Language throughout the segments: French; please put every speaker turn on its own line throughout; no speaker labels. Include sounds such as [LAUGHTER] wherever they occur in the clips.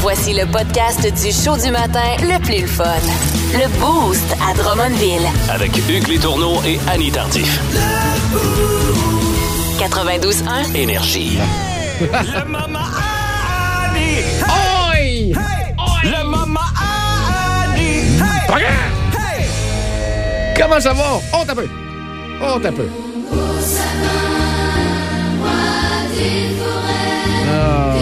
Voici le podcast du show du matin le plus le fun. Le Boost à Drummondville.
Avec Hugues Létourneau et Annie Tardif.
92.1.
Énergie.
Le maman Annie!
Oi!
Hey! Le maman Annie! Hey! Hey!
Comment ça va? On tape peu. On tape peu. Ah.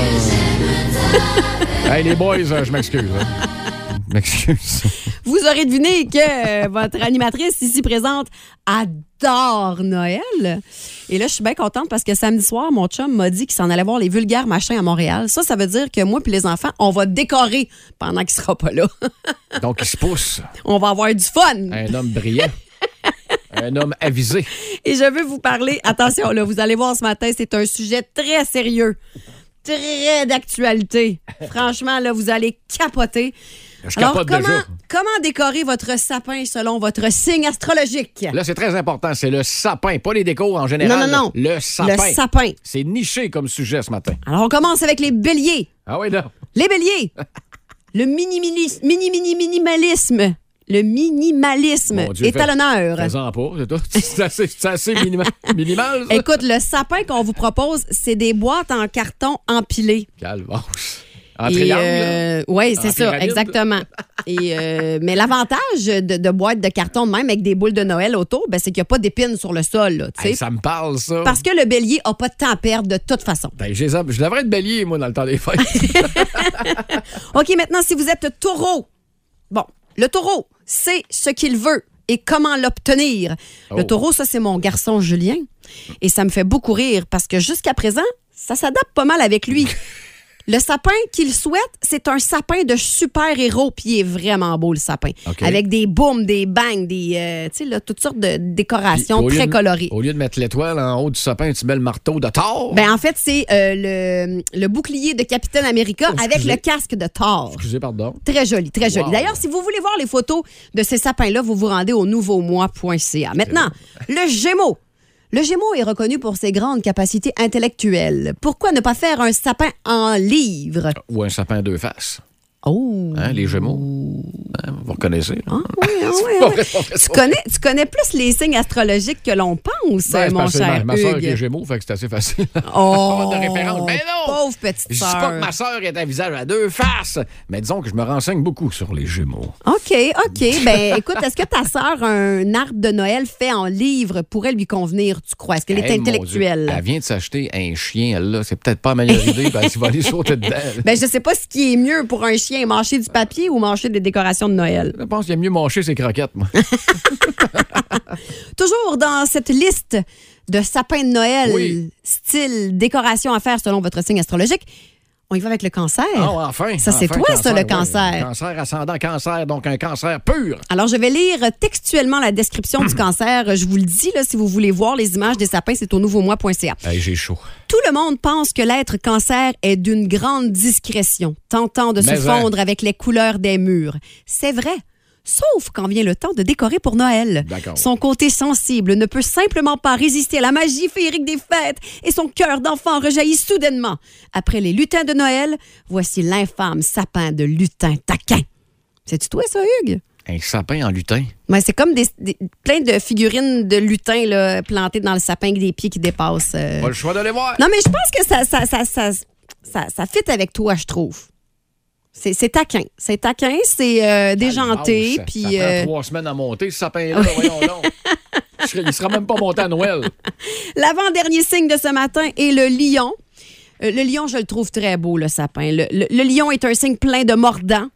Hey, les boys, euh, je m'excuse. hein. Je M'excuse.
Vous aurez deviné que euh, votre animatrice ici présente adore Noël. Et là, je suis bien contente parce que samedi soir, mon chum m'a dit qu'il s'en allait voir les vulgaires machins à Montréal. Ça, ça veut dire que moi puis les enfants, on va décorer pendant qu'il sera pas là. [LAUGHS]
Donc, il se pousse.
on va avoir du fun.
Un homme brillant. Un homme avisé.
Et je veux vous parler, attention, là, vous allez voir ce matin, c'est un sujet très sérieux, très d'actualité. Franchement, là, vous allez capoter.
Je
Alors,
capote
comment,
déjà.
comment décorer votre sapin selon votre signe astrologique?
Là, c'est très important. C'est le sapin, pas les décos en général.
Non, non, non.
Le sapin.
Le sapin.
C'est niché comme sujet ce matin.
Alors, on commence avec les béliers.
Ah oui, là. [LAUGHS]
Les béliers! le mini-mini- mini-mini-minimalisme. Le minimalisme
Mon Dieu,
est
fais-
à l'honneur.
Fais-en pas, c'est tout. [LAUGHS] C'est assez, c'est assez minima- minimal, ça.
Écoute, le sapin qu'on vous propose, c'est des boîtes en carton empilées.
[LAUGHS] Calvasse. En
Et,
triangle, là.
euh, oui,
En
c'est ça,
pyramide.
exactement. Et, euh, mais l'avantage de, de boîtes de carton, même avec des boules de Noël autour, ben, c'est qu'il n'y a pas d'épines sur le sol. là, tu sais.
Hey, ça me parle, ça.
Parce que le bélier n'a pas de temps à perdre de toute façon.
Ben, je, les aime. Je devrais être bélier, moi, dans le temps des
[LAUGHS]
fêtes.
OK, maintenant, si vous êtes taureau, bon, le taureau sait ce qu'il veut et comment l'obtenir.
Oh.
Le taureau, ça, c'est mon garçon Julien. Et ça me fait beaucoup rire parce que jusqu'à présent, ça s'adapte pas mal
[LAUGHS]
avec lui. Le sapin qu'il souhaite, c'est un sapin de super-héros, puis il est vraiment beau, le sapin.
OK.
Avec des booms, des bangs, des, euh, tu sais, là, toutes sortes de décorations
Au lieu
très
de-
colorées.
Au lieu de mettre l'étoile en haut du sapin, tu mets le marteau de Thor.
Ben, en fait, c'est euh, le, le bouclier de Capitaine America
Oh,
avec
excusez.
le casque de Thor.
Excusez, pardon.
Très joli, très joli.
Wow.
D'ailleurs, si vous voulez voir les photos de ces sapins-là, vous vous rendez au nouveaumois.ca. Maintenant, le Gémeaux. Le Gémeaux est reconnu pour ses grandes capacités intellectuelles. Pourquoi ne pas faire un sapin en livres?
Ou un sapin à deux faces.
Oh!
Hein, les Gémeaux. Hein, vous reconnaissez. là.
Ah, oui, ah, oui,
pas
ah,
vrai,
oui.
[LAUGHS] c'est pas vrai, c'est
Tu
pas
connais, tu connais plus les signes astrologiques que l'on pense,
Ben, c'est
mon
parce que
cher
ma, ma soeur est
Hugues.
Gémeaux, fait que c'est assez facile. [LAUGHS]
Oh,
de référence. Mais non!
pauvre petite
Je dis pas que
sœur.
ma sœur est un visage à deux faces, mais disons que je me renseigne beaucoup sur les Gémeaux.
OK, OK. Ben, écoute, est-ce que ta sœur a un arbre de Noël fait en livres pourrait lui convenir, tu crois? Est-ce qu'elle est
Hey, Eh, mon Dieu, Ah. Elle
intellectuelle?
vient de s'acheter un chien, elle, là. C'est peut-être pas ma
[LAUGHS]
meilleure idée parce qu'il va aller sauter dedans.
Ben, je sais pas ce qui est mieux pour un chien, mâcher du papier ou mâcher des décorations de Noël.
Je pense qu'il a mieux mâcher ses croquettes,
[LAUGHS]
moi.
Toujours dans cette liste de sapins de Noël,
Oui.
style, décoration à faire selon votre signe astrologique, on y va avec le cancer.
Ah, enfin.
Ça, c'est
enfin,
toi, ça, le
oui.
cancer.
Cancer ascendant, cancer, donc un cancer pur.
Alors, je vais lire textuellement la
[CLEARS THROAT]
description du cancer. Je vous le dis, là, si vous voulez voir les images des sapins, c'est au nouveaumois.ca.
Hey, j'ai chaud.
Tout le monde pense que l'être cancer est d'une grande discrétion, tentant de
Mais
se
hein.
fondre avec les couleurs des murs. C'est vrai. Sauf quand vient le temps de décorer pour Noël.
D'accord.
Son côté sensible ne peut simplement pas résister à la magie féerique des fêtes et son cœur d'enfant rejaillit soudainement. Après les lutins de Noël, voici l'infâme sapin de lutin taquin. C'est-tu toi, ça, Hugues?
Un sapin en lutin.
Ouais, c'est comme des, des- plein de figurines de lutins là, plantées dans le sapin avec des pieds qui dépassent. euh,
Pas le choix d'aller voir.
non, mais je pense que ça, ça, ça, ça, ça, ça fit avec toi, je trouve. C'est c'est taquin. C'est taquin, c'est euh, déjanté,
Ça
puis...
prend
euh,
trois semaines à monter, ce sapin-là, voyons donc. Il serait- Il sera même pas monté à Noël.
L'avant-dernier signe de ce matin est le lion. Euh, le lion, je le trouve très beau, le sapin. Le, le- le lion est un signe plein de mordants.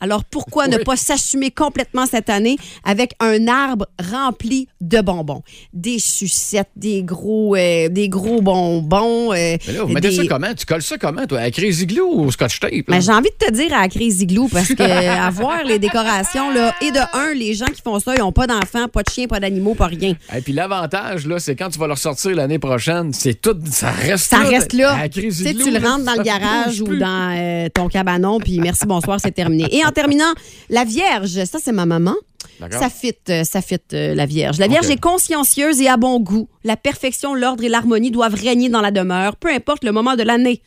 Alors pourquoi ne pas s'assumer complètement cette année avec un arbre rempli de bonbons, des sucettes, des gros, euh, des gros bonbons. euh,
Mais là, vous mettez ça
des-
comment? Tu colles ça comment, toi? À Crazy Glue ou au Scotch Tape? là?
Mais j'ai envie de te dire à la crise igloo parce que à voir les décorations là et de un les gens qui font ça ils ont pas d'enfants, pas de chiens, pas d'animaux, pas rien.
Et puis l'avantage, là, c'est quand tu vas leur sortir l'année prochaine, c'est tout, ça reste
Ça
là. ben,
reste là.
À
Tu
Crazy
sais,
Glue,
tu le
là,
rentres dans
ça
le garage
bouge
ou
plus.
dans euh, ton cabanon puis merci bonsoir, c'est terminé. Et en terminant, la Vierge, ça c'est ma maman.
D'accord.
Ça fit, euh, ça fit euh, la Vierge. La Vierge
Ok.
est consciencieuse et à bon goût. La perfection, l'ordre et l'harmonie doivent régner dans la demeure, peu importe le moment de l'année.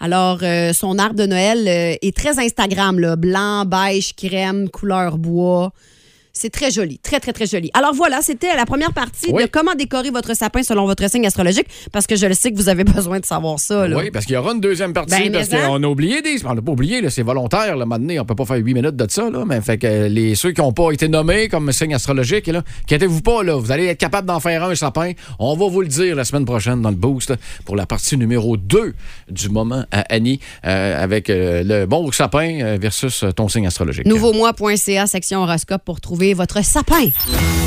Alors, euh, son arbre de Noël euh, est très Instagram, là. blanc, beige, crème, couleur bois. C'est très joli, très, très, très joli. Alors voilà, c'était la première partie
Oui.
de comment décorer votre sapin selon votre signe astrologique, parce que je le sais que vous avez [LAUGHS] besoin de savoir ça. Là.
Oui, parce qu'il y aura une deuxième partie,
Ben,
parce
mais ça.
qu'on a oublié des... On l'a pas oublié, là, c'est volontaire, là, maintenant, on peut pas faire huit minutes de ça, là, mais fait que euh, les, ceux qui n'ont pas été nommés comme signe astrologique, là, inquiétez-vous pas, là, vous allez être capable d'en faire un, un sapin. On va vous le dire la semaine prochaine dans le Boost, là, pour la partie numéro 2 du moment à Annie, euh, avec euh, le bon sapin euh, versus euh, ton signe astrologique.
Nouveaumois.ca, section horoscope pour trouver votre sapin.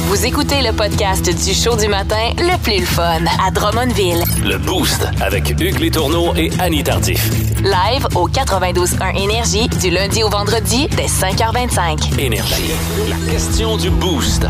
Vous écoutez le podcast du show du matin le plus le fun à Drummondville.
Le Boost avec Hugues Létourneau et Annie Tardif.
Live au 92.1 Énergie du lundi au vendredi dès 5h25.
Énergie. La question du Boost.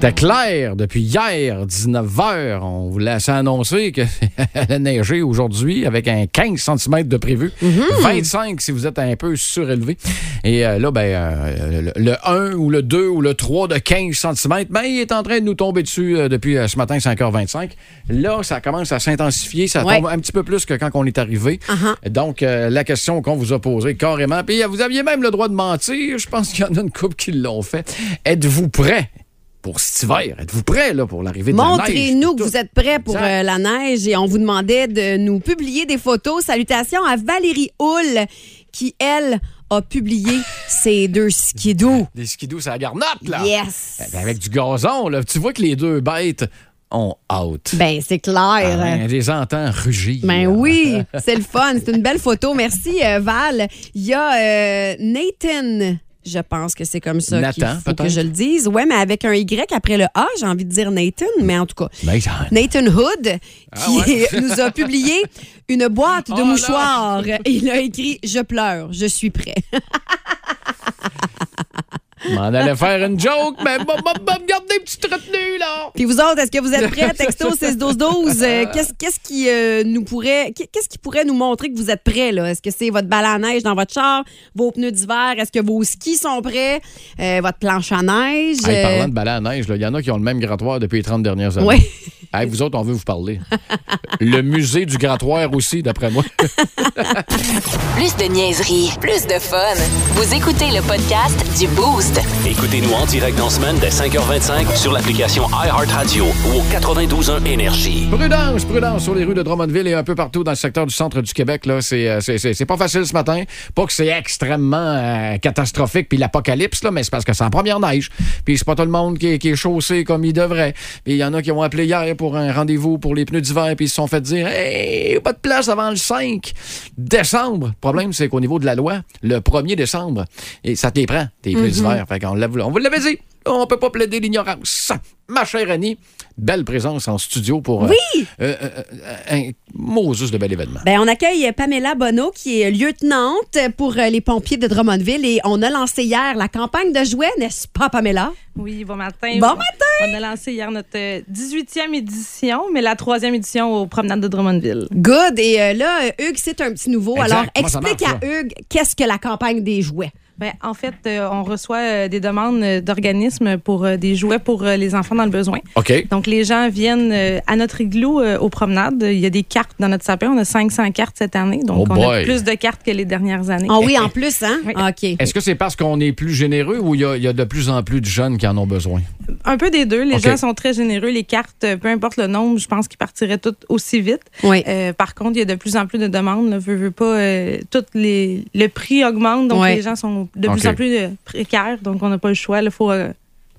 C'était clair depuis hier, 19h. On vous laisse annoncer [LAUGHS] qu'elle a neigé aujourd'hui avec un 15 cm de prévu. 25 si vous êtes un peu surélevé. Et euh, là, ben, euh, le, le 1 ou le 2 ou le 3 de 15 cm, ben, il est en train de nous tomber dessus euh, depuis euh, ce matin 5h25. Là, ça commence à s'intensifier. Ça
Ouais.
tombe un petit peu plus que quand on est arrivé.
Uh-huh.
Donc, euh, la question qu'on vous a posée carrément, puis euh, vous aviez même le droit de mentir. Je pense qu'il y en a une couple qui l'ont fait. Êtes-vous prêt pour cet hiver? Êtes-vous prêt là, pour l'arrivée de la neige?
Montrez-nous que vous êtes prêts pour
Exact.
euh, la neige et on vous demandait de nous publier des photos. Salutations à Valérie Hull qui, elle, a publié [LAUGHS] ses deux skidoo.
Des skidous à la garnotte, là!
Yes!
Ben, Avec du gazon, là. Tu vois que les deux bêtes ont hâte.
Ben, c'est
Ah,
clair.
ben, je les entend rugir.
Ben oui, c'est le fun. C'est une belle photo. Merci, euh, Val. Il y a euh, Nathan. Je pense que c'est comme ça qu'il
Nathan,
faut que
peut-être?
je le dise. Ouais, mais avec un Y après le A, j'ai envie de dire Nathan, mais en tout cas.
Nathan.
Nathan Hood, qui
Ah ouais.
[LAUGHS] nous a publié une boîte de
Oh là!
mouchoirs. Il a écrit Je pleure, je suis prêt.
Je m'en allais faire une joke, mais bon, bon, bon, regardez, petite retenue, là!
Puis vous autres, est-ce que vous êtes [LAUGHS] prêts? Texto 6 12 12 Euh, Qu'est-ce qu'est-ce qui euh, nous pourrait qu'est- qu'est-ce qui pourrait nous montrer que vous êtes prêts là Est-ce que c'est votre balle à neige dans votre char, vos pneus d'hiver, est-ce que vos skis sont prêts, Euh, votre planche à neige
Hey,
euh,
parlant de balai à neige, là, il y en a qui ont le même grattoir depuis les 30 dernières années.
Ouais.
Hey, vous autres, on veut vous parler. le musée du grattoir aussi, d'après moi.
Plus de niaiserie, plus de fun. Vous écoutez le podcast du Boost.
Écoutez-nous en direct dans la semaine dès 5h25 sur l'application iHeartRadio ou au 92.1 Énergie.
Prudence, prudence sur les rues de Drummondville et un peu partout dans le secteur du centre du Québec. Là, c'est, euh, c'est, c'est- c'est pas facile ce matin. Pas que c'est extrêmement euh, catastrophique puis l'apocalypse, là, mais c'est parce que c'est en première neige. Puis c'est pas tout le monde qui est, qui est chaussé comme il devrait. Puis il y en a qui ont appelé hier pour un rendez-vous pour les pneus d'hiver puis ils se sont fait dire Hey, pas de place avant le 5 décembre. Le problème, c'est qu'au niveau de la loi, le 1er décembre, et ça te les prend, tes pneus d'hiver. Fait qu'on l'a voulu- on vous l'avait dit. On peut pas plaider l'ignorance. Ma chère Annie, belle présence en studio pour euh, euh, euh, euh, un Moses de bel événement.
Ben, on accueille euh, Pamela Bonneau, qui est lieutenante pour euh, les pompiers de Drummondville. Et on a lancé hier la campagne de jouets, n'est-ce pas, Pamela?
Oui, bon matin.
Bon matin!
On a lancé hier notre euh, 18e édition, mais la troisième édition au promenade de Drummondville.
Good. Et euh, là, euh, Hugues, c'est un petit nouveau.
Exact.
Alors,
Comment ça
explique
marche,
à Hugues qu'est-ce que la campagne des jouets.
Ben, en fait, euh, on reçoit euh, des demandes euh, d'organismes pour euh, des jouets pour euh, les enfants dans le besoin.
OK.
Donc, les gens viennent euh, à notre igloo euh, aux promenades. Il y a des cartes dans notre sapin. On a 500 cartes cette année.
Oh
Donc, on
boy.
a plus de cartes que les dernières années.
[LAUGHS] Ah oui, en plus, hein?
Oui.
OK.
Est-ce que c'est parce qu'on est plus généreux ou il y, a- il y a de plus en plus de jeunes qui en ont besoin?
Un peu des deux. Les
OK.
gens sont très généreux. Les cartes, euh, peu importe le nombre, je pense qu'ils partiraient toutes aussi vite.
Oui.
Euh, par contre, il y a de plus en plus de demandes. Là, veux, veux pas, euh, toutes les, le prix augmente, donc
Ouais.
les gens sont de
Ok.
plus en plus euh, précaires, donc on n'a pas le choix. Il faut, euh,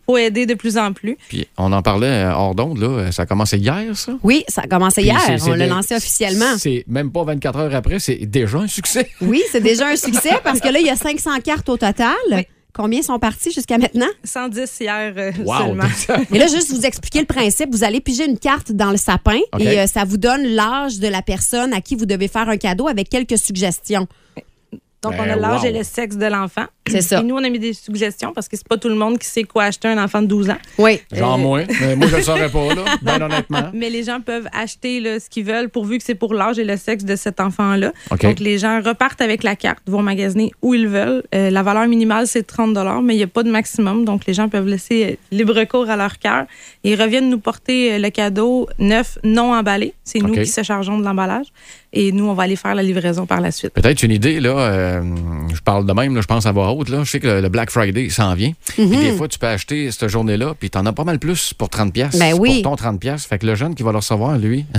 faut aider de plus en plus.
Puis on en parlait euh, hors d'onde, là. Ça a commencé hier, ça?
Oui, ça a commencé
Puis
hier.
c'est- c'est
on l'a
de-
lancé
[LAUGHS]
officiellement.
C'est même pas 24 heures après, c'est déjà un succès.
Oui, c'est déjà un succès parce que là, il y a 500 cartes au total.
Oui.
Combien sont partis jusqu'à maintenant?
110 hier euh,
Wow! [LAUGHS]
seulement.
Et là, juste vous expliquer le principe. Vous allez piger une carte dans le sapin
OK.
et euh, ça vous donne l'âge de la personne à qui vous devez faire un cadeau avec quelques suggestions.
Donc
Ben,
on a l'âge
wow.
et le sexe de l'enfant.
C'est ça.
Et nous, on a mis des suggestions parce que c'est pas tout le monde qui sait quoi acheter à un enfant de 12 ans.
Oui.
Genre
Euh,
moi. Mais moi, je le saurais pas, là. Ben honnêtement.
Mais les gens peuvent acheter là, ce qu'ils veulent pourvu que c'est pour l'âge et le sexe de cet enfant-là.
OK.
Donc, les gens repartent avec la carte, vont magasiner où ils veulent. Euh, la valeur minimale, c'est 30 mais il n'y a pas de maximum. Donc, les gens peuvent laisser euh, libre cours à leur cœur. Ils reviennent nous porter euh, le cadeau neuf, non emballé. C'est nous
OK.
qui se chargeons de l'emballage. Et nous, on va aller faire la livraison par la suite.
Peut-être une idée, là, euh, je parle de même, là, je pense à voix haute, là. Je sais que le, le Black Friday s'en vient.
Mhm.
Puis des fois, tu peux acheter cette journée-là, puis t'en as pas mal plus pour 30$. piastres.
Ben oui.
Pour ton 30$. piastres. Fait que le jeune qui va le recevoir, lui, [LAUGHS]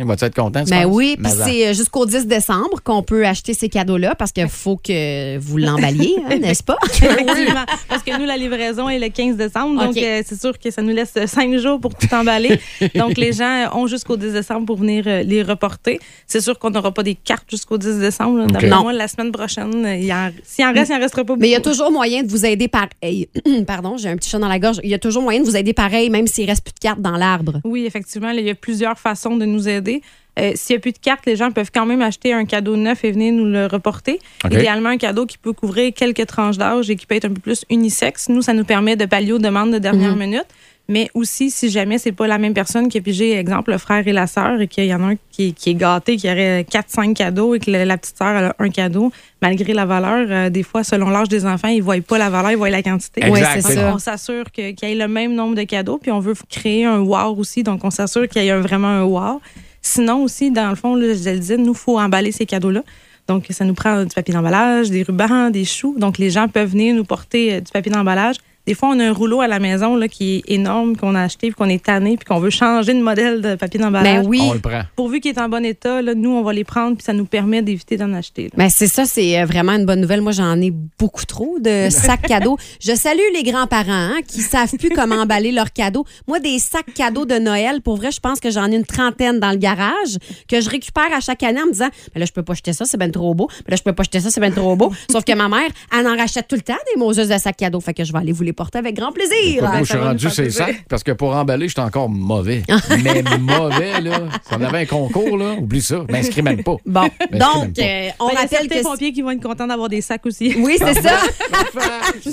il va être content? tu
Ben
penses?
oui, puis
Mais
c'est euh, jusqu'au 10 décembre qu'on peut acheter ces cadeaux-là parce qu'il faut que vous l'emballiez, hein, n'est-ce pas?
Effectivement, parce que nous, la livraison est le 15 décembre, donc
OK.
euh, c'est sûr que ça nous laisse euh, cinq jours pour tout
[LAUGHS]
emballer. donc, les gens euh, ont jusqu'au 10 décembre pour venir euh, les reporter. C'est sûr qu'on n'aura pas des cartes jusqu'au 10 décembre. là. D'après
Non.
moi, la semaine prochaine, euh, il en- s'il en reste, il en restera pas beaucoup.
Mais il y a toujours moyen de vous aider par. Hey, [CLEARS THROAT] Pardon, j'ai un petit chat dans la gorge. Il y a toujours moyen de vous aider pareil, même s'il reste plus de cartes dans l'arbre.
Oui, effectivement, là, il y a plusieurs façons de nous aider. Euh, S'il n'y a plus de cartes, les gens peuvent quand même acheter un cadeau neuf et venir nous le reporter.
OK.
Idéalement, un cadeau qui peut couvrir quelques tranches d'âge et qui peut être un peu plus unisexe. Nous, ça nous permet de pallier aux demandes de dernière minute. Mais aussi, si jamais c'est pas la même personne qui a pigé, exemple, le frère et la sœur, et qu'il y en a un qui, qui est gâté, qui aurait 4-5 cadeaux, et que le- la petite sœur elle a un cadeau, malgré la valeur, euh, des fois, selon l'âge des enfants, ils ne voient pas la valeur, ils voient la quantité.
Exact.
Ouais, c'est
Donc,
ça.
On s'assure que- qu'il y ait le même nombre de cadeaux, puis on veut créer un wow aussi, donc on s'assure qu'il y ait un- vraiment un wow. Sinon aussi, dans le fond, là, je le disais, nous, faut emballer ces cadeaux-là. Donc, ça nous prend du papier d'emballage, des rubans, des choux. Donc, les gens peuvent venir nous porter euh, du papier d'emballage. Des fois, on a un rouleau à la maison là, qui est énorme, qu'on a acheté, puis qu'on est tanné, puis qu'on veut changer de modèle de papier d'emballage.
Ben oui.
On le prend.
Pourvu qu'il est en bon état, là, nous, on va les prendre, puis ça nous permet d'éviter d'en acheter. là.
Ben c'est ça, c'est euh, vraiment une bonne nouvelle. Moi, j'en ai beaucoup trop
[LAUGHS]
de sacs cadeaux. Je salue les grands-parents hein, qui savent plus comment emballer leurs cadeaux. Moi, des sacs cadeaux de Noël, pour vrai, je pense que j'en ai une trentaine dans le garage que je récupère à chaque année en me disant « Mais là, je peux pas jeter ça, c'est ben trop beau. Mais là, je peux pas jeter ça, c'est ben trop beau. » Sauf que ma mère, elle en rachète tout le temps des moseuses de sacs cadeaux. Fait que je vais aller vous les porter avec grand plaisir.
Moi, je suis
ça va nous
rendu
faire
ces
plaisir.
sacs parce que pour emballer, j'étais encore
[LAUGHS]
mauvais. Mais mauvais, là. Ça en avait un concours, là. Oublie ça. Ben, Je m'inscris même pas.
Bon,
Mais c'est même
donc,
pas.
euh, on
Ben, il y a
rappelle
certains
que...
pompiers qui vont être contents d'avoir des sacs aussi.
Oui, c'est ça. Ils font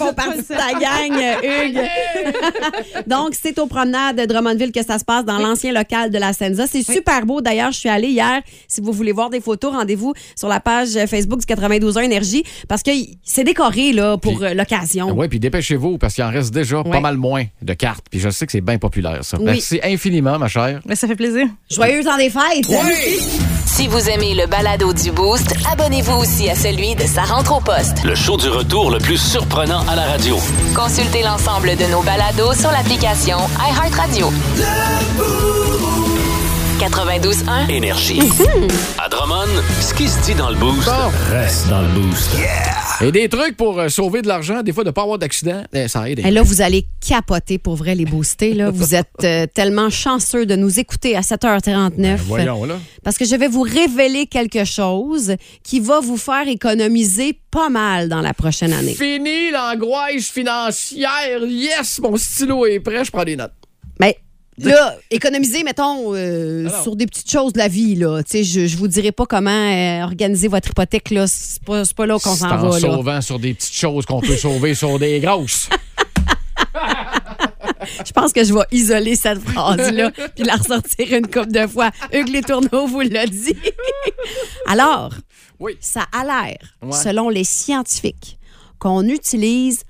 Juste
partie de
ça.
ta gang, euh, Hugues. Donc, c'est aux promenades de Drummondville que ça se passe dans l'ancien local de la Senza. C'est super beau. D'ailleurs, je suis allée hier. Si vous voulez voir des photos, rendez-vous sur la page euh, Facebook du 92.1 Énergie parce que y- c'est décoré là, pour
Puis-
euh, l'occasion.
Oui, Ah puis dépêchez-vous parce qu'il en reste déjà
Ouais.
pas mal moins de cartes. Puis je sais que c'est bien populaire, ça.
Oui.
Merci infiniment, ma chère.
[LAUGHS] Mais ça fait plaisir.
Joyeux temps des fêtes!
Si vous aimez le balado du Boost, abonnez-vous aussi à celui de Sa rentre au poste.
Le show du retour le plus surprenant à la radio.
Consultez l'ensemble de nos balados sur l'application iHeartRadio. 92.1,
Énergie. à Drummond, ce qui se dit dans le boost
Bon.
reste dans le boost.
Ah. Et des trucs pour euh, sauver de l'argent, des fois de ne pas avoir d'accident, eh, ça aide.
Et là, vous allez capoter pour vrai les booster. Là. Vous êtes euh, tellement chanceux de nous écouter à 7h39.
Ben, Voyons, là.
parce que je vais vous révéler quelque chose qui va vous faire économiser pas mal dans la prochaine année.
Fini l'angoisse financière. Yes, mon stylo est prêt, je prends des notes.
Mais Ben, là, économiser, mettons, euh,
Alors.
sur des petites choses de la vie, là. Tu sais, je, je vous dirai pas comment euh, organiser votre hypothèque, là. C'est pas, c'est pas là qu'on
C'est
s'en
en
va, là.
sauvant sur des petites choses qu'on peut sauver sur des grosses.
[LAUGHS] Je pense que je vais isoler cette
[LAUGHS]
phrase-là puis la ressortir une couple de fois. Hugues Les Tourneaux vous l'a dit. Alors,
Oui.
ça a l'air,
Ouais.
selon les scientifiques, qu'on utilise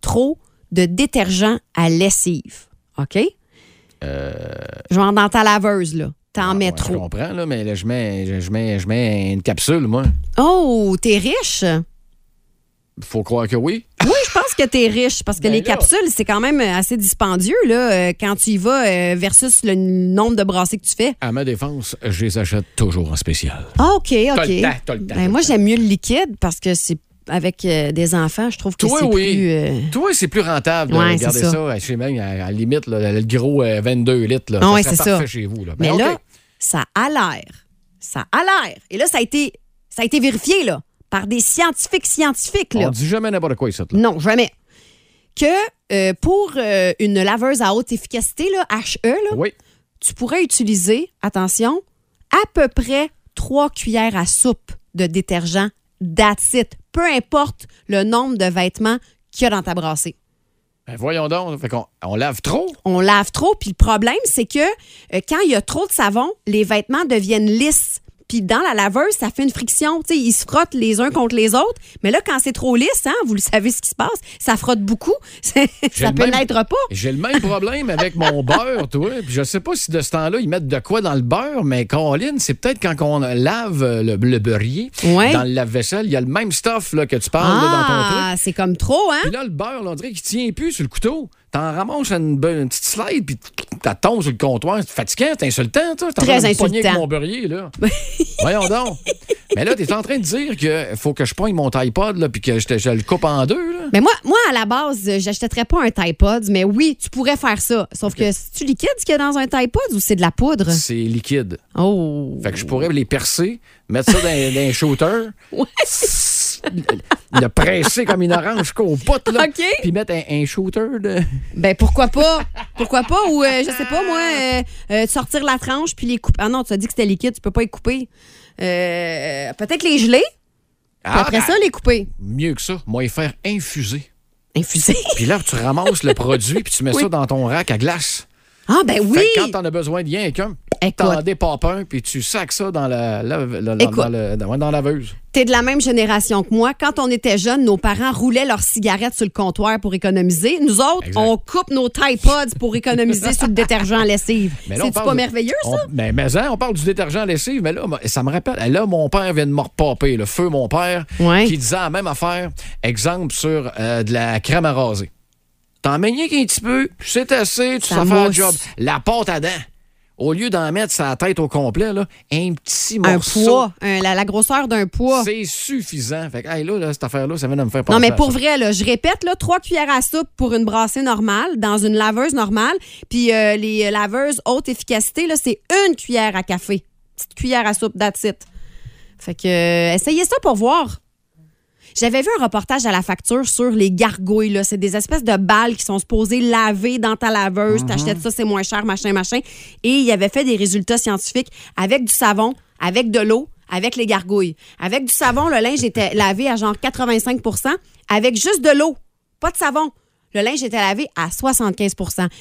trop de détergent à lessive. OK? Genre dans ta laveuse, là. T'en
Euh.
mets
Ah, Ouais, Je
trop.
comprends, là, mais là, je mets, je, je mets, je mets une capsule, moi.
Oh, t'es riche?
Faut croire que oui.
Oui, je pense que t'es riche parce que
Ben
les
là.
capsules, c'est quand même assez dispendieux là, euh, quand tu y vas euh, versus le nombre de brassées que tu fais.
À ma défense, je les achète toujours en spécial.
Ah, OK, OK.
T'as le temps, t'as le temps,
Ben,
t'as le
moi,
temps.
j'aime mieux le liquide parce que c'est avec euh, des enfants, je trouve que
Toi,
c'est
oui.
plus. euh,
Toi, c'est plus rentable de
Ouais,
regarder
c'est ça.
ça. Je sais même, à à la limite, là, le gros euh, 22 litres. Là,
Ah ouais,
ça serait
c'est ça.
parfait chez vous. Là. Ben,
Mais
OK.
là, ça a l'air. Ça a l'air. Et là, ça a été, ça a été vérifié là, par des scientifiques scientifiques. Là.
on dit jamais n'importe quoi ici. Là.
Non, jamais. Que euh, pour euh, une laveuse à haute efficacité, là, HE, là,
Oui.
tu pourrais utiliser, attention, à peu près trois cuillères à soupe de détergent That's it. Peu importe le nombre de vêtements qu'il y a dans ta brassée.
Ben, voyons donc. Fait qu'on on lave trop.
on lave trop. Puis le problème, c'est que euh, quand il y a trop de savon, les vêtements deviennent lisses. Puis dans la laveuse, ça fait une friction. Tu sais, ils se frottent les uns contre les autres. Mais là, quand c'est trop lisse, hein, vous le savez ce qui se passe, ça frotte beaucoup. [LAUGHS]
J'ai
ça
le
peut
même-
l'être pas.
J'ai le même problème avec mon beurre, toi. Puis je sais pas si de ce temps-là, ils mettent de quoi dans le beurre, mais Caroline, c'est peut-être quand on lave euh, le, le beurrier
Ouais.
dans le lave-vaisselle, il y a le même stuff là, que tu parles là, dans ton truc.
Ah, c'est comme trop, hein?
Puis là, le beurre, là, on dirait qu'il tient plus sur le couteau. T'en ramasses une, be- une petite slide, puis t'as tombes sur le comptoir. C'est fatigant, c'est insultant, ça. T'es en
Très
train de me pogner avec
insultant.
mon beurrier, là. Voyons donc. Mais là, t'es en train de dire que faut que je pogne mon taille pod, là, puis que je, te- je le coupe en deux, là.
Mais moi, moi, à la base, euh, j'achèterais pas un Tide Pods, mais oui, tu pourrais faire ça. Sauf que c'est-tu liquide ce qu'il y a dans un Tide Pods ou c'est de la poudre?
C'est liquide.
Oh!
Fait que je pourrais les percer, mettre ça dans, dans un
[LAUGHS]
shooter, le presser comme une orange jusqu'au bout, là.
OK.
Puis mettre un, un shooter de.
Ben pourquoi pas? Pourquoi pas? Ou euh, je sais pas, moi, euh, euh, sortir la tranche puis les couper. Ah non, tu as dit que c'était liquide, tu peux pas les couper. Euh, Peut-être les geler, puis
Ah,
après ça, les couper.
Mieux que ça, moi, les faire infuser.
Infuser.
Puis là, tu ramasses le produit, puis tu mets ça dans ton rack à glace.
Ah ben oui!
Fait que quand t'en as besoin de rien qu'un,
Écoute.
t'en dépapes un, puis tu sacs ça dans la, la- la- la-
Écoute.
dans le- dans- dans la laveuse.
T'es de la même génération que moi. Quand on était jeunes, nos parents roulaient leurs cigarettes sur le comptoir pour économiser. Nous autres,
Exact.
on coupe nos Tide Pods pour économiser sur le détergent à lessive.
Mais là, on
C'est-tu
parle
pas
de-
merveilleux, ça?
on- mais, mais hein, on parle du détergent à lessive, mais là, moi, ça me rappelle. Là, mon père vient de me repaper, le feu, mon père,
Ouais.
qui disait la même affaire. Exemple sur euh, de la crème à raser. T'en mets rien qu'un petit peu, c'est assez, tu
Ça
vas faire le
mousse.
job. La pâte à dents, au lieu d'en mettre sa tête au complet, là, un petit
Un
morceau.
poids, un- la, la grosseur d'un poids.
C'est suffisant. Fait que, hey, là, là, cette affaire-là, ça vient de me faire penser
Non, mais
à
pour
ça.
vrai, là, je répète, là, trois cuillères à soupe pour une brassée normale, dans une laveuse normale. Puis euh, les laveuses haute efficacité, là, c'est une cuillère à café. Petite cuillère à soupe, that's it. Fait que, euh, essayez ça pour voir. J'avais vu un reportage à la facture sur les gargouilles. là. C'est des espèces de balles qui sont supposées laver dans ta laveuse.
Mhm.
T'achètes ça, c'est moins cher, machin, machin. Et il avait fait des résultats scientifiques avec du savon, avec de l'eau, avec les gargouilles. Avec du savon, le linge était lavé à genre 85 Avec juste de l'eau, pas de savon, le linge était lavé à 75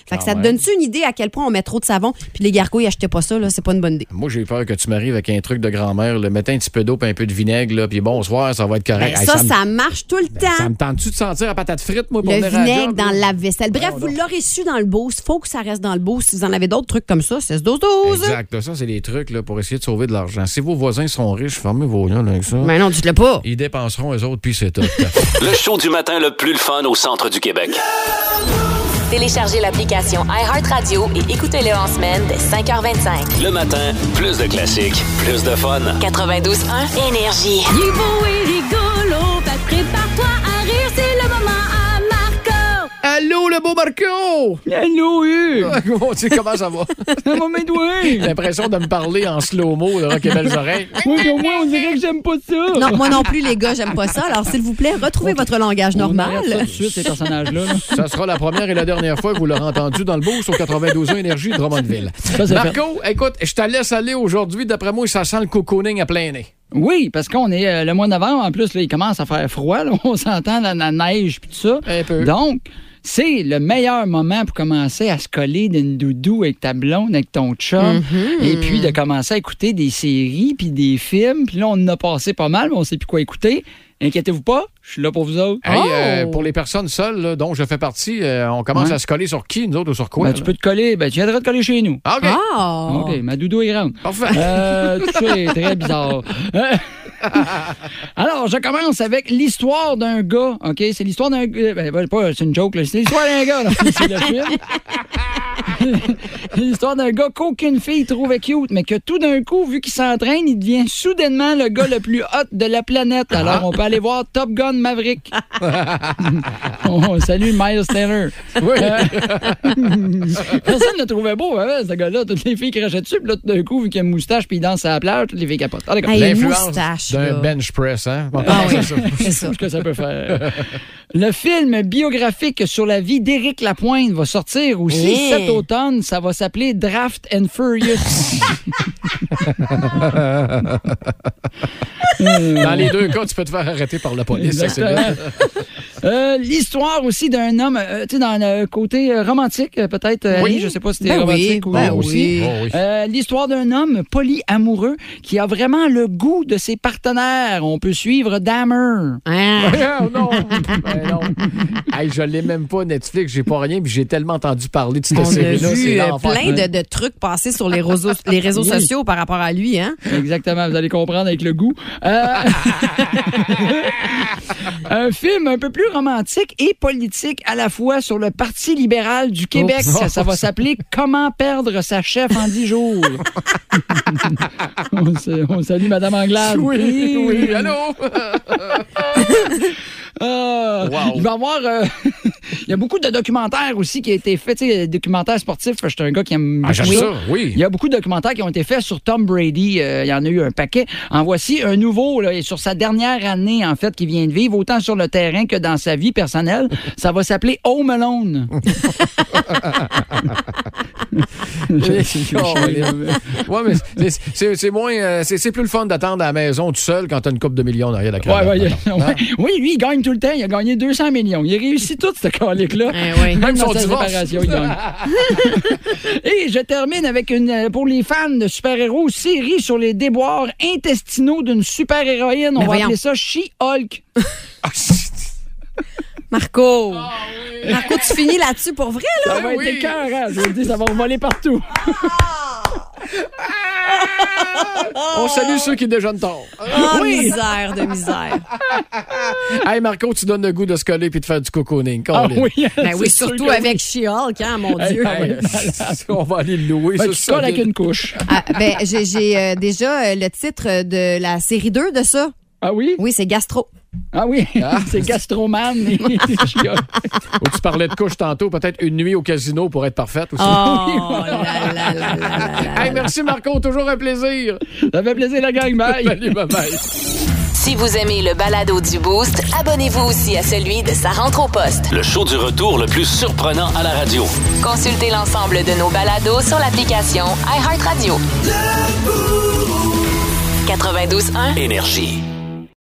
Fait que ça te
même.
donne-tu une idée à quel point on met trop de savon? Puis les gargouilles, achetez pas ça, là, c'est pas une bonne idée.
Moi, j'ai peur que tu m'arrives avec un truc de grand-mère, le mettre un petit peu d'eau puis un peu de vinaigre, là, puis bonsoir, ça va être
Ben,
correct. Hey,
ça,
me- Ben,
ça marche tout le temps.
Ça me tente-tu de sentir la patate frite, moi, pour
Le
venir à la
vinaigre
job,
dans le
là?
lave-vaisselle. Bref,
Voyons
vous
donc.
l'aurez su dans le boost. Faut que ça reste dans le boost. Si vous en avez d'autres trucs comme ça, 16-12-12.
Exact. là, ça, c'est des trucs là, pour essayer de sauver de l'argent. Si vos voisins sont riches, fermez vos liens avec ça.
Mais Ben non, dites-le pas.
Ils dépenseront eux autres, puis c'est tout.
Le show du matin le plus le fun au centre du Québec.
Téléchargez l'application iHeartRadio et écoutez-le en semaine dès 5h25.
Le matin, plus de classiques, plus de fun.
92.1 Énergie.
Il est beau et rigolo, fait que prépare-toi à rire, c'est le moment à Marco.
[LAUGHS] Allô, le beau Marco!
Allô, Hugues!
Mon Dieu, comment ça va?
Ça m'a mis doué!
L'impression de me parler en slow-mo, là, que belles oreilles.
Oui, mais au moins, on dirait que j'aime pas ça!
Non, moi non plus, les gars, j'aime pas ça. Alors, s'il vous plaît, retrouvez votre langage
On arrête ça
normal.
tout de suite, ces personnages-là. là.
Ça sera la première et la dernière fois que vous l'aurez entendu dans le boost au 92 ans Énergie de Drummondville.
c'est
Marco, écoute, je te laisse aller aujourd'hui. D'après moi, ça sent le cocooning à plein nez.
Oui, parce qu'on est euh, le mois de novembre, en plus, là, il commence à faire froid, là, [LAUGHS] on s'entend, la, la neige, puis tout ça.
Un peu.
Donc, c'est le meilleur moment pour commencer à se coller d'une doudou avec ta blonde, avec ton chum,
Mm-hmm.
et puis de commencer à écouter des séries, puis des films, puis là, on en a passé pas mal, mais on sait plus quoi écouter. Inquiétez-vous pas, je suis là pour vous autres.
Hey,
Oh!
euh, pour les personnes seules, là, dont je fais partie, euh, on commence
Ouais.
à se coller sur qui, nous autres, ou sur quoi?
Ben, tu
là?
peux te coller, ben, tu viendras te coller chez nous.
Ah, OK.
Ah!
OK, ma doudou est grande.
Parfait.
Euh, tout ça est très bizarre. Euh, Alors, je commence avec l'histoire d'un gars, OK? C'est l'histoire d'un gars. ben, ben, pas- c'est une joke, là. C'est l'histoire d'un gars, là. C'est le film. [LAUGHS] l'histoire d'un gars qu'aucune fille trouvait cute, mais que tout d'un coup, vu qu'il s'entraîne, il devient soudainement le gars le plus hot de la planète. Alors, on peut aller voir Top Gun Maverick. [LAUGHS] on salue Miles Taylor.
[LAUGHS] Oui. [LAUGHS]
Personne ne le trouvait beau, hein, ce gars-là. Toutes les filles crachaient dessus, puis là, tout d'un coup, vu qu'il a une moustache, puis il danse à la plage, toutes les filles capotent. Ah, d'accord.
Hey,
L'influence
moustache, là.
d'un bench press, hein? [LAUGHS]
Ah oui,
C'est ça.
c'est ça.
ce que ça peut faire. Le film biographique sur la vie d'Éric Lapointe va sortir aussi
Yeah. [LAUGHS]
cet automne. Ça va s'appeler Draft and Furious.
Dans les deux cas, tu peux te faire arrêter par la police. ça, c'est
Exactement.
vrai.
Euh, L'histoire aussi d'un homme, euh, tu sais, dans le côté euh, romantique, euh, peut-être, euh,
Oui.
Ali, je sais pas si c'était
Ben oui,
romantique ou
ben
aussi.
oui.
Oh [LAUGHS] oui.
Euh, L'histoire d'un homme polyamoureux qui a vraiment le goût de ses partenaires. On peut suivre Dahmer.
Ah.
Ah, non! Ben non. Hey, je l'ai même pas Netflix, j'ai pas rien, puis j'ai tellement entendu parler de
On
cette
a
série-là. c'est
vu euh,
l'enfer.
plein de, de trucs passer sur les réseaux, les réseaux
Oui.
sociaux par rapport à lui, hein?
Exactement, vous allez comprendre avec le goût. Euh,
[LAUGHS]
un film un peu plus romantique et politique à la fois sur le Parti libéral du Québec.
Oups.
Ça, ça va s'appeler Comment perdre sa chef en 10 jours.
[LAUGHS]
on, sa- on salue Madame Anglade.
[LAUGHS] Oui, oui, allô?
Ah, Il va y avoir. euh, [LAUGHS] il y a beaucoup de documentaires aussi qui ont été faits. Tu sais, documentaires sportifs. Je suis un gars qui aime.
Ah, j'aime
beaucoup
ça, oui.
Il y a beaucoup de documentaires qui ont été faits sur Tom Brady. Euh, il y en a eu un paquet. En voici un nouveau, là, et sur sa dernière année, en fait, qu'il vient de vivre, autant sur le terrain que dans sa vie [LAUGHS] personnelle. Ça va s'appeler Home Alone.
[LAUGHS]
Oh,
ouais, mais c'est- c'est c'est moins. euh, c'est c'est plus le fun d'attendre à la maison tout seul quand t'as une coupe de millions derrière la
Ouais,
cravate.
ouais,
mettons.
il- ouais. [LAUGHS] Oui, lui, il gagne tout le temps. Il a gagné 200 millions. Il a réussi tout, ce colique-là.
Eh oui.
Même
Même
dans
son
sa
divorce.
séparation, il [LAUGHS] gagne. Et je termine avec une, euh, pour les fans de super-héros, série sur les déboires intestinaux d'une super-héroïne.
Mais
On va
Ben voyons.
appeler ça She-Hulk.
Marco! Marco, tu finis là-dessus pour vrai, là?
Ça va être écœurant, je vous le dis, [LAUGHS] ça va voler partout.
On salue ceux qui déjeunent tard.
Oh, misère de misère.
Hey Marco, tu donnes le goût de se coller puis de faire du cocooning.
Ah
Colin.
oui,
Ben oui,
c'est sûr
surtout
que
avec She-Hulk, hein, mon Dieu.
ah oui.
Hey, [LAUGHS] on va aller le louer.
Ben,
ça,
tu
c'est
colles avec
solide.
une couche.
Ah, ben, j'ai- j'ai euh, déjà euh, le titre de la série 2 de ça.
Ah oui?
Oui, c'est Gastro.
Ah oui, [LAUGHS] c'est Gastroman et [LAUGHS] She-Hulk.
Ou tu parlais de couche tantôt, peut-être une nuit au casino pour être parfaite
[LAUGHS]
aussi.
Oh là là là là là là.
Hey, merci Marco, toujours un plaisir.
Ça fait plaisir, la gang, bye!
Salut, bye bye.
Si vous aimez le balado du Boost, abonnez-vous aussi à celui de sa rentre au poste.
Le show du retour le plus surprenant à la radio.
Consultez l'ensemble de nos balados sur l'application iHeartRadio. 92.1
Énergie.